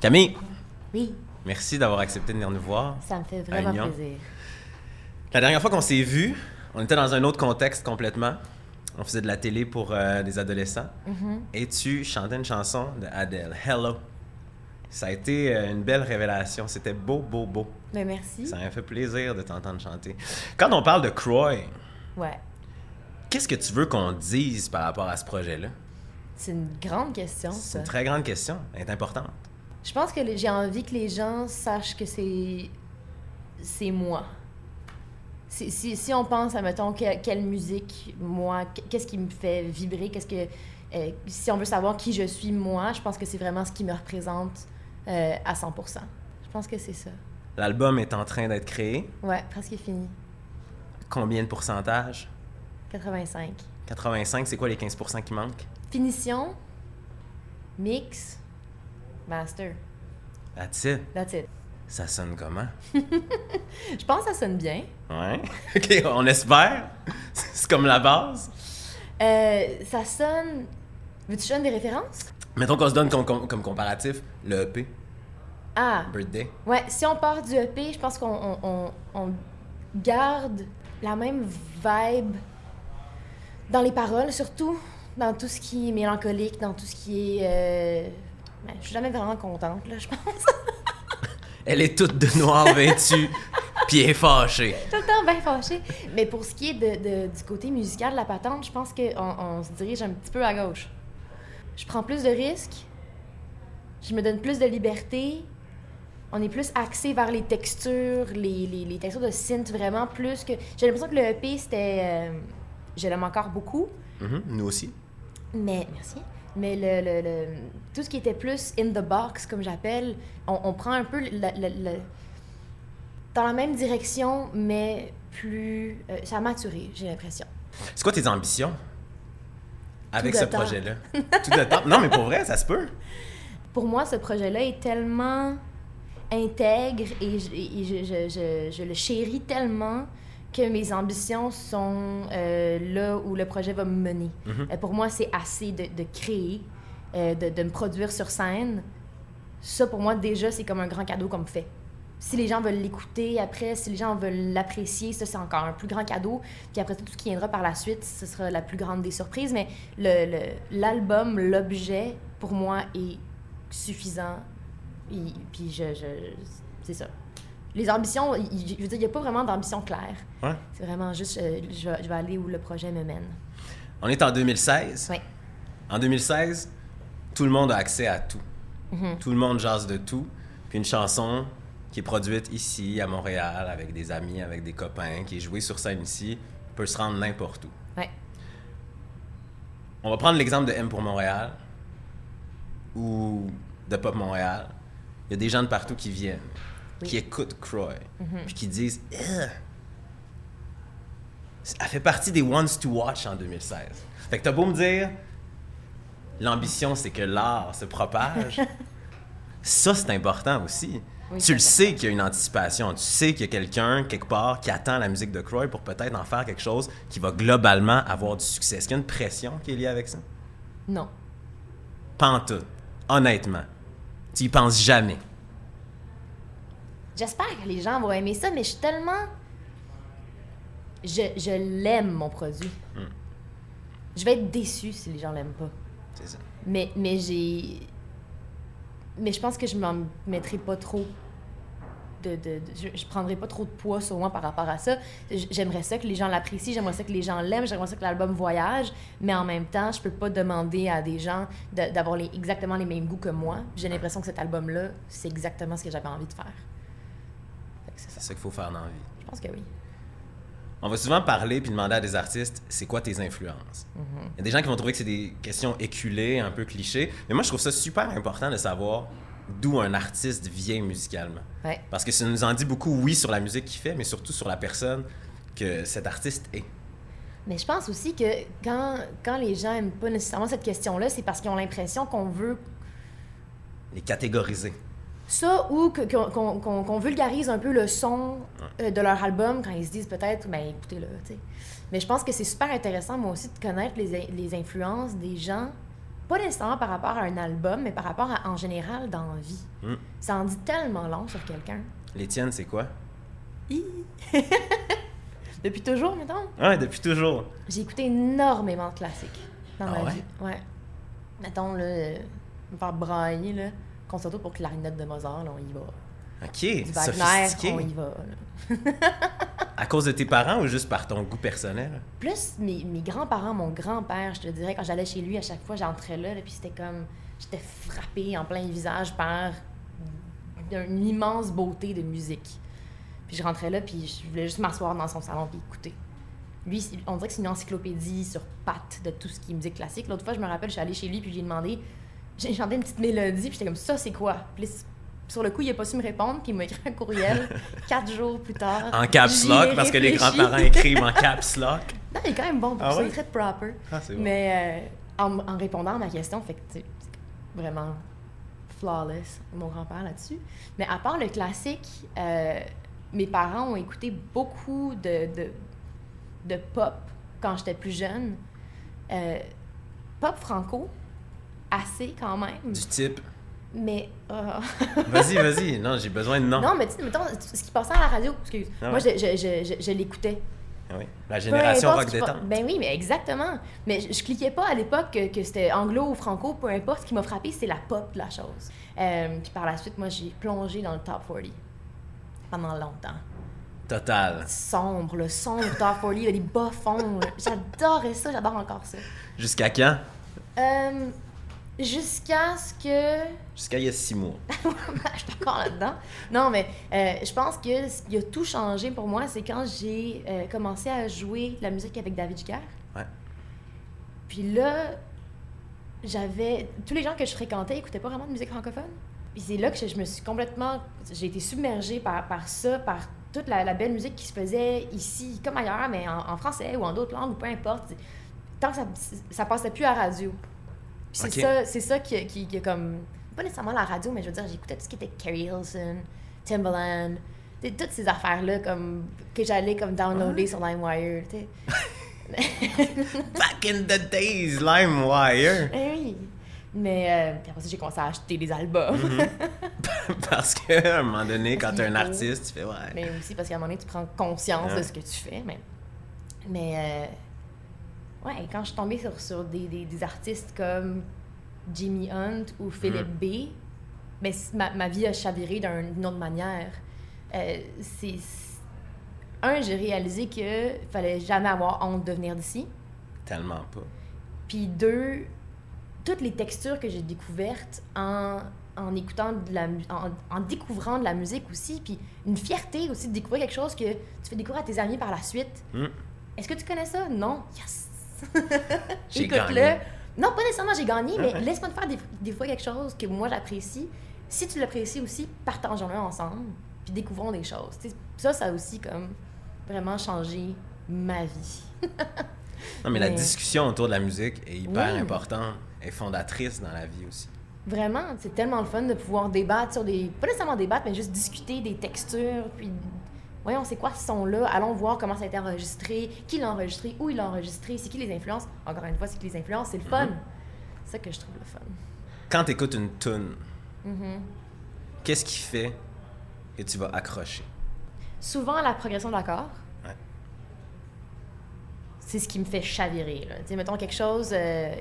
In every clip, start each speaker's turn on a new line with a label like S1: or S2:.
S1: Camille,
S2: Oui,
S1: merci d'avoir accepté de venir nous voir.
S2: ça me fait vraiment
S1: Union.
S2: plaisir.
S1: La dernière fois qu'on s'est vus, on était dans un autre contexte complètement. On faisait de la télé pour euh, des adolescents.
S2: Mm-hmm.
S1: Et tu chantais une chanson de Adele, Hello. Ça a été euh, une belle révélation. C'était beau, beau, beau.
S2: Mais Ben, merci.
S1: Ça m'a fait plaisir de t'entendre chanter. Quand on parle de Croy,
S2: Ouais,
S1: qu'est-ce que tu veux qu'on dise par rapport à ce projet-là?
S2: c'est une grande question,
S1: C'est
S2: ça.
S1: une très grande question. Elle est importante.
S2: Je pense que les- j'ai envie que les gens sachent que c'est. C'est moi. Si, si- si on pense à, mettons, que- quelle musique, moi, qu'est-ce qui me fait vibrer, qu'est-ce que. euh, si on veut savoir qui je suis, moi, je pense que c'est vraiment ce qui me représente euh, à 100 Je pense que c'est ça.
S1: L'album est en train d'être créé.
S2: Ouais, presque fini.
S1: Combien de pourcentage?
S2: 85.
S1: 85, c'est quoi les 15 qui manquent?
S2: Finition, mix, master.
S1: That's it.
S2: That's it.
S1: Ça sonne comment?
S2: Je pense que ça sonne bien.
S1: Ouais. OK, on espère. C'est comme la base.
S2: Euh, ça sonne. Veux-tu que je donne des références?
S1: Mettons qu'on se donne comme, comme- comme comparatif le EP,
S2: Ah,
S1: Birthday.
S2: ouais, si on part du EP, je pense qu'on on- on- on garde la même vibe dans les paroles, surtout dans tout ce qui est mélancolique, dans tout ce qui est. euh, ben, je suis jamais vraiment contente, là, je pense.
S1: Elle est toute de noir vêtue, puis elle est fâchée.
S2: tout le temps bien fâchée. Mais pour ce qui est de- de- du côté musical de la patente, je pense qu'on on se dirige un petit peu à gauche. Je prends plus de risques, je me donne plus de liberté, on est plus axé vers les textures, les, les- les textures de synth vraiment plus que... J'ai l'impression que le EP, c'était... euh, je l'aime encore beaucoup,
S1: Mhm, nous aussi.
S2: mais, merci. Mais le, le- le- tout ce qui était plus in the box, comme j'appelle, on, on prend un peu la- la- la- dans la même direction, mais plus. euh, ça a maturé, j'ai l'impression.
S1: C'est quoi tes ambitions avec
S2: Tout de
S1: ce
S2: temps.
S1: projet-là? Tout de temps. Non, mais pour vrai, ça se peut.
S2: Pour moi, ce projet-là est tellement intègre et, je, et je- je- je- je le chéris tellement que mes ambitions sont euh, là où le projet va me mener.
S1: Mhm.
S2: Euh, pour moi, c'est assez de, de créer, euh, de, de me produire sur scène. Ça, pour moi, déjà, c'est comme un grand cadeau qu'on me fait. Si les gens veulent l'écouter après, si les gens veulent l'apprécier, ça, c'est encore un plus grand cadeau. Puis après tout, tout ce qui viendra par la suite, ce sera la plus grande des surprises. Mais le- le- l'album, l'objet, pour moi, est suffisant. Et- puis je... je- c'est ça. Les ambitions, il- il- je veux dire, il n'y a pas vraiment d'ambition claire.
S1: Ouais.
S2: C'est vraiment juste, euh, je, vais- je vais aller où le projet me mène.
S1: On est en 2016.
S2: Ouais.
S1: En 2016, tout le monde a accès à tout.
S2: Mhm.
S1: Tout le monde jase de tout. Puis une chanson qui est produite ici, à Montréal, avec des amis, avec des copains, qui est jouée sur scène ici, peut se rendre n'importe où.
S2: Ouais.
S1: On va prendre l'exemple de M pour Montréal ou de Pop Montréal. Il y a des gens de partout qui viennent,
S2: Oui. Mhm.
S1: qui écoutent Croy, puis qui disent Ugh. Elle fait partie des Ones to Watch en 2016. Fait que t'as beau me dire l'ambition, c'est que l'art se propage. Ça, c'est important aussi.
S2: Oui,
S1: tu le
S2: c'est
S1: sais qu'il y a une anticipation. Tu sais qu'il y a quelqu'un, quelque part, qui attend la musique de Croy pour peut-être en faire quelque chose qui va globalement avoir du succès. Est-ce qu'il y a une pression qui est liée avec ça?
S2: Non.
S1: Pas en tout. Honnêtement. Tu y penses jamais.
S2: J'espère que les gens vont aimer ça, mais je suis tellement. Je, je l'aime, mon produit. Je vais être déçue si les gens l'aiment pas.
S1: C'est ça.
S2: Mais, mais j'ai. Mais je pense que je m'en mettrai pas trop. De, de- de- je, je prendrai pas trop de poids sur moi par rapport à ça. J- J'aimerais ça que les gens l'apprécient, j'aimerais ça que les gens l'aiment, j'aimerais ça que l'album voyage, mais en même temps, je peux pas demander à des gens de- d'avoir les- exactement les mêmes goûts que moi. J'ai l'impression que cet album-là, c'est exactement ce que j'avais envie de faire. Fait que c'est ça.
S1: C'est ça qu'il faut faire dans la vie.
S2: Je pense que oui.
S1: On va souvent parler puis demander à des artistes c'est quoi tes influences.
S2: Mhm.
S1: Il y a des gens qui vont trouver que c'est des questions éculées, un peu clichés, mais moi je trouve ça super important de savoir d'où un artiste vient musicalement.
S2: Ouais.
S1: Parce que ça nous en dit beaucoup, oui, sur la musique qu'il fait, mais surtout sur la personne que cet artiste est.
S2: Mais je pense aussi que quand, quand les gens aiment pas nécessairement cette question-là, c'est parce qu'ils ont l'impression qu'on veut
S1: Les catégoriser.
S2: Ça, ou que- qu'on qu'on- qu'on- qu'on vulgarise un peu le son euh, de leur album quand ils se disent peut-être, ben écoutez-le, tu sais. Mais je pense que c'est super intéressant, moi aussi, de connaître les, in- les influences des gens Pas nécessairement par rapport à un album, mais par rapport à, en général, dans la vie.
S1: Mm.
S2: Ça en dit tellement long sur quelqu'un.
S1: Les tiennes, c'est quoi?
S2: Hi! Depuis toujours, mettons.
S1: Ah Ouais, depuis toujours.
S2: J'ai écouté énormément de classiques dans
S1: Ah
S2: ma
S1: ouais?
S2: vie. Ouais. Mettons, là, euh, me faire brailler, là. Concerto pour clarinette de Mozart, là, on y va.
S1: OK,
S2: Du
S1: sophistiqué.
S2: Wagner, on y va. là.
S1: À cause de tes parents ou juste par ton goût personnel?
S2: Plus mes, mes grands-parents, mon grand-père, je te dirais, quand j'allais chez lui, à chaque fois, j'entrais là, là, puis c'était comme... J'étais frappée en plein visage par une immense beauté de musique. Puis je rentrais là, puis je voulais juste m'asseoir dans son salon puis écouter. Lui, c'est- on dirait que c'est une encyclopédie sur pattes de tout ce qui est musique classique. L'autre fois, je me rappelle, je suis allée chez lui, puis j'ai demandé... J'ai chanté une petite mélodie, puis j'étais comme, ça, c'est quoi? Puis là, sur le coup, il a pas su me répondre, puis il m'a écrit un courriel quatre jours plus tard.
S1: En caps
S2: J'y ai
S1: lock, parce que les
S2: réfléchi.
S1: grands-parents écrivent en caps lock.
S2: Non, il est quand même bon pour
S1: Ah
S2: ça,
S1: ouais?
S2: il est très proper.
S1: Ah, c'est
S2: Mais euh, en, en répondant à ma question, fait que tu sais, c'est vraiment flawless, mon grand-père là-dessus. Mais à part le classique, euh, mes parents ont écouté beaucoup de, de, de pop quand j'étais plus jeune. Euh, pop franco, assez quand même.
S1: Du type.
S2: Mais. ah.
S1: Vas-y, vas-y. Non, j'ai besoin de nom.
S2: non, mais tu sais, mettons, ce qui passait à la radio, excuse.
S1: Ah
S2: Moi,
S1: ouais.
S2: je- je- je- je- je l'écoutais.
S1: Ah oui. La génération
S2: Peu
S1: rock
S2: importe ce qui
S1: détente.
S2: va- Ben oui, mais exactement. Mais je, je cliquais pas à l'époque que, que c'était anglo ou franco, peu importe. Ce qui m'a frappé, c'est la pop de la chose. Euh, puis par la suite, moi, j'ai plongé dans le top 40 pendant longtemps.
S1: Total.
S2: Sombre, le sombre top 40, là, les bas fonds. là. J'adorais ça, j'adore encore ça.
S1: Jusqu'à quand?
S2: Euh, Jusqu'à ce que.
S1: Jusqu'à il y a six mois.
S2: je suis encore là-dedans. Non, mais euh, je pense que ce qui a tout changé pour moi, c'est quand j'ai euh, commencé à jouer de la musique avec David Giguère.
S1: Ouais.
S2: Puis là, j'avais. Tous les gens que je fréquentais n'écoutaient pas vraiment de musique francophone. Puis c'est là que je, je me suis complètement. J'ai été submergée par, par ça, par toute la, la belle musique qui se faisait ici, comme ailleurs, mais en, en français ou en d'autres langues, ou peu importe. Tant que ça, ça passait plus à la radio. Puis c'est
S1: Ok.
S2: ça, c'est ça qui, qui, qui a comme. Pas nécessairement la radio, mais je veux dire, j'écoutais tout ce qui était Carrie Hilson, Timbaland, tu sais, toutes ces affaires-là comme, que j'allais comme downloader sur LimeWire. tu sais.
S1: Back in the days, LimeWire.
S2: Eh oui! Mais euh, puis après ça, j'ai commencé à acheter des albums.
S1: Parce qu'à un moment donné, quand t'es un
S2: Parce qu'il faut.
S1: artiste, tu fais ouais.
S2: mais aussi parce qu'à un moment donné, tu prends conscience de
S1: Ouais.
S2: ce que tu fais. Mais, mais euh, ouais, quand je suis tombée sur, sur des, des- des artistes comme Jimmy Hunt ou Philippe B, ben, c- ma, ma vie a chaviré d'un- d'une autre manière. Euh, c'est c'est- un, j'ai réalisé que fallait jamais avoir honte de venir d'ici.
S1: Tellement pas.
S2: Puis deux, toutes les textures que j'ai découvertes en, en écoutant de la mu- en, en découvrant de la musique aussi, puis une fierté aussi de découvrir quelque chose que tu fais découvrir à tes amis par la suite.
S1: Mm.
S2: Est-ce que tu connais ça Non. Yes.
S1: J'ai
S2: Écoute-le.
S1: gagné.
S2: Non, pas nécessairement j'ai gagné,
S1: Ah
S2: mais
S1: ouais.
S2: laisse-moi te faire des, des fois quelque chose que moi j'apprécie. Si tu l'apprécies aussi, partageons-le ensemble, puis découvrons des choses. Tu sais, ça, ça a aussi comme vraiment changé ma vie.
S1: Non, mais, la
S2: Mais-
S1: discussion autour de la musique est hyper
S2: Oui.
S1: importante et fondatrice dans la vie aussi.
S2: Vraiment, c'est tellement le fun de pouvoir débattre sur des. Pas nécessairement débattre, mais juste discuter des textures, puis. Voyons, c'est quoi ce son-là? Allons voir comment ça a été enregistré, qui l'a enregistré, où il l'a enregistré, c'est qui les influences. Encore une fois, c'est qui les influences, c'est le fun. C'est ça que je trouve le fun. Mm-hmm.
S1: Quand t'écoutes une tune, qu'est-ce qui fait que tu vas accrocher?
S2: Souvent, la progression d'accord,
S1: Ouais.
S2: c'est ce qui me fait chavirer. là. Tu sais, mettons quelque chose, euh,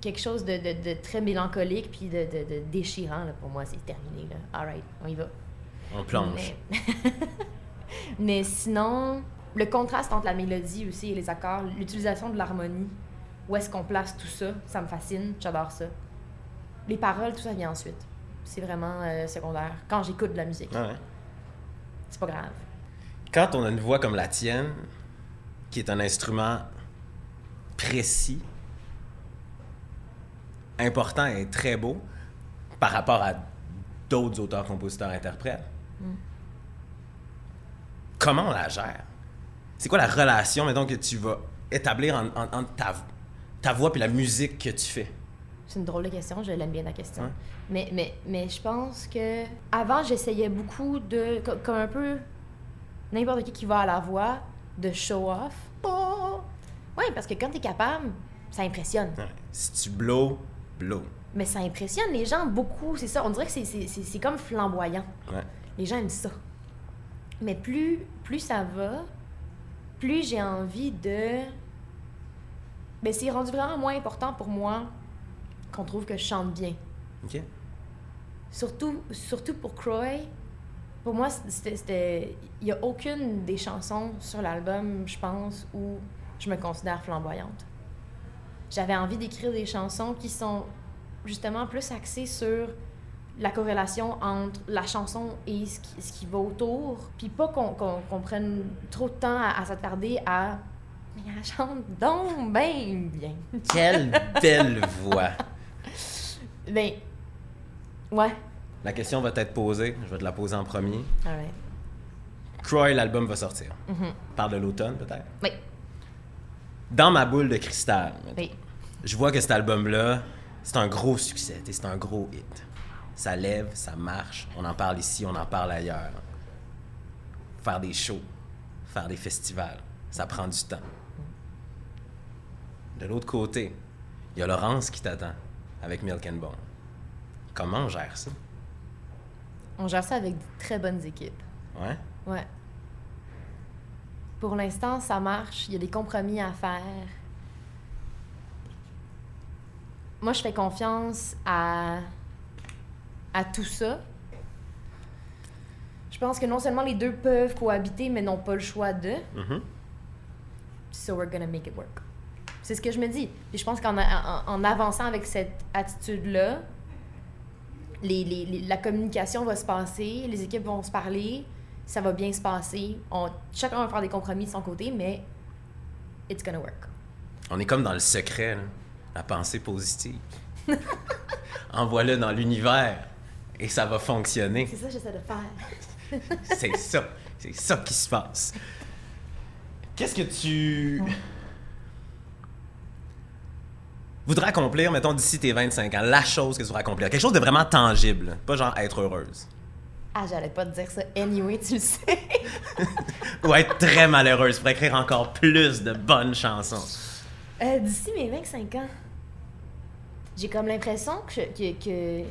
S2: quelque chose de, de- de très mélancolique, puis de, de- de déchirant, là, pour moi, c'est terminé. là. All right, on y va.
S1: On plonge.
S2: Mais, Mais sinon, le contraste entre la mélodie aussi et les accords, l'utilisation de l'harmonie, où est-ce qu'on place tout ça, ça me fascine, j'adore ça. Les paroles, tout ça vient ensuite. C'est vraiment euh, secondaire. Quand j'écoute de la musique,
S1: Ah ouais.
S2: c'est pas grave.
S1: Quand on a une voix comme la tienne, qui est un instrument précis, important et très beau par rapport à d'autres auteurs, compositeurs, interprètes, comment on la gère? C'est quoi la relation, mettons, que tu vas établir en- en- entre ta, ta voix et la musique que tu fais?
S2: C'est une drôle de question, je l'aime bien la question.
S1: Ouais.
S2: Mais, mais, mais je pense que avant j'essayais beaucoup de co- comme un peu Oh! n'importe qui qui va à la voix de show off. Bah! Ouais, parce que quand t'es capable, Ça impressionne.
S1: Ouais. Si tu blow, blow.
S2: Mais ça impressionne les gens beaucoup, c'est ça. On dirait que c'est- c'est c'est- c'est comme flamboyant.
S1: Ouais.
S2: Les gens aiment ça. Mais plus, plus ça va, plus j'ai envie de. Mais c'est rendu vraiment moins important pour moi qu'on trouve que je chante bien.
S1: OK?
S2: Surtout, surtout pour Croy, pour moi, c'était- c'était. Il n'y a aucune des chansons sur l'album, je pense, où je me considère flamboyante. J'avais envie d'écrire des chansons qui sont justement plus axées sur la corrélation entre la chanson et ce qui, ce qui va autour, puis pas qu'on qu'on- qu'on prenne trop de temps à, à s'attarder à. Mais elle chante donc ben bien.
S1: Quelle belle voix!
S2: Ben. Ouais.
S1: La question va être posée. Je vais te la poser en premier.
S2: All right.
S1: Croy, l'album va sortir. Parle de l'automne, peut-être.
S2: Mm-hmm. Oui.
S1: Dans ma boule de cristal,
S2: Oui.
S1: je vois que cet album-là, c'est un gros succès. t'sais, C'est un gros hit. Ça lève, ça marche. On en parle ici, on en parle ailleurs. Faire des shows, faire des festivals, ça prend du temps. De l'autre côté, il y a Laurence qui t'attend avec Milk and Bone. Comment on gère ça?
S2: On gère ça avec de très bonnes équipes.
S1: Ouais?
S2: Ouais. Pour l'instant, ça marche. Il y a des compromis à faire. Moi, je fais confiance à, à tout ça. Je pense que non seulement les deux peuvent cohabiter, mais n'ont pas le choix de.
S1: Mhm.
S2: So we're gonna make it work. C'est ce que je me dis. Puis je pense qu'en a- en, en avançant avec cette attitude-là, les- les- les- la communication va se passer, les équipes vont se parler, ça va bien se passer. On, chacun va faire des compromis de son côté, mais it's gonna work.
S1: On est comme dans le secret, là. la pensée positive. Envoie-le dans l'univers et ça va fonctionner.
S2: C'est ça que j'essaie de faire.
S1: C'est ça, c'est ça qui se passe. Qu'est-ce que tu voudrais accomplir, mettons, d'ici tes 25 ans, la chose que tu voudrais accomplir, quelque chose de vraiment tangible, là. pas genre être heureuse
S2: Ah, j'allais pas te dire ça. Anyway, tu le sais.
S1: ou être très malheureuse pour écrire encore plus de bonnes chansons.
S2: Euh, D'ici mes 25 ans, j'ai comme l'impression que, je- que, que,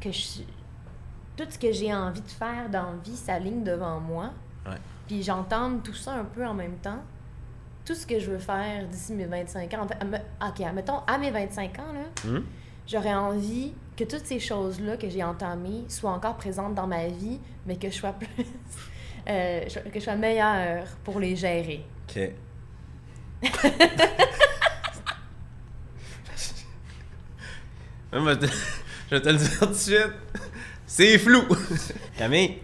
S2: que je- tout ce que j'ai envie de faire dans la vie s'aligne devant moi.
S1: Ouais.
S2: Puis j'entends tout ça un peu en même temps. Tout ce que je veux faire d'ici mes 25 ans. En fait, à me- OK, admettons, à mes 25 ans, là,
S1: Hmm?
S2: j'aurais envie que toutes ces choses-là que j'ai entamées soient encore présentes dans ma vie, mais que je sois plus. euh, je- que je sois meilleure pour les gérer.
S1: Ok. Moi, moi, je, te, je vais te le dire tout de suite. C'est flou. Camille,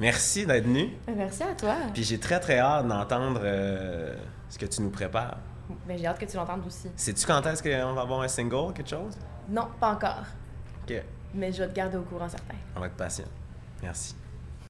S1: merci d'être venue.
S2: Merci à toi.
S1: Puis j'ai très très hâte d'entendre euh, ce que tu nous prépares.
S2: Ben, j'ai hâte que tu l'entendes aussi.
S1: Sais-tu quand est-ce qu'on va avoir un single, quelque chose?
S2: Non, pas encore.
S1: Ok.
S2: Mais je vais te garder au courant certain.
S1: On va être patient. Merci.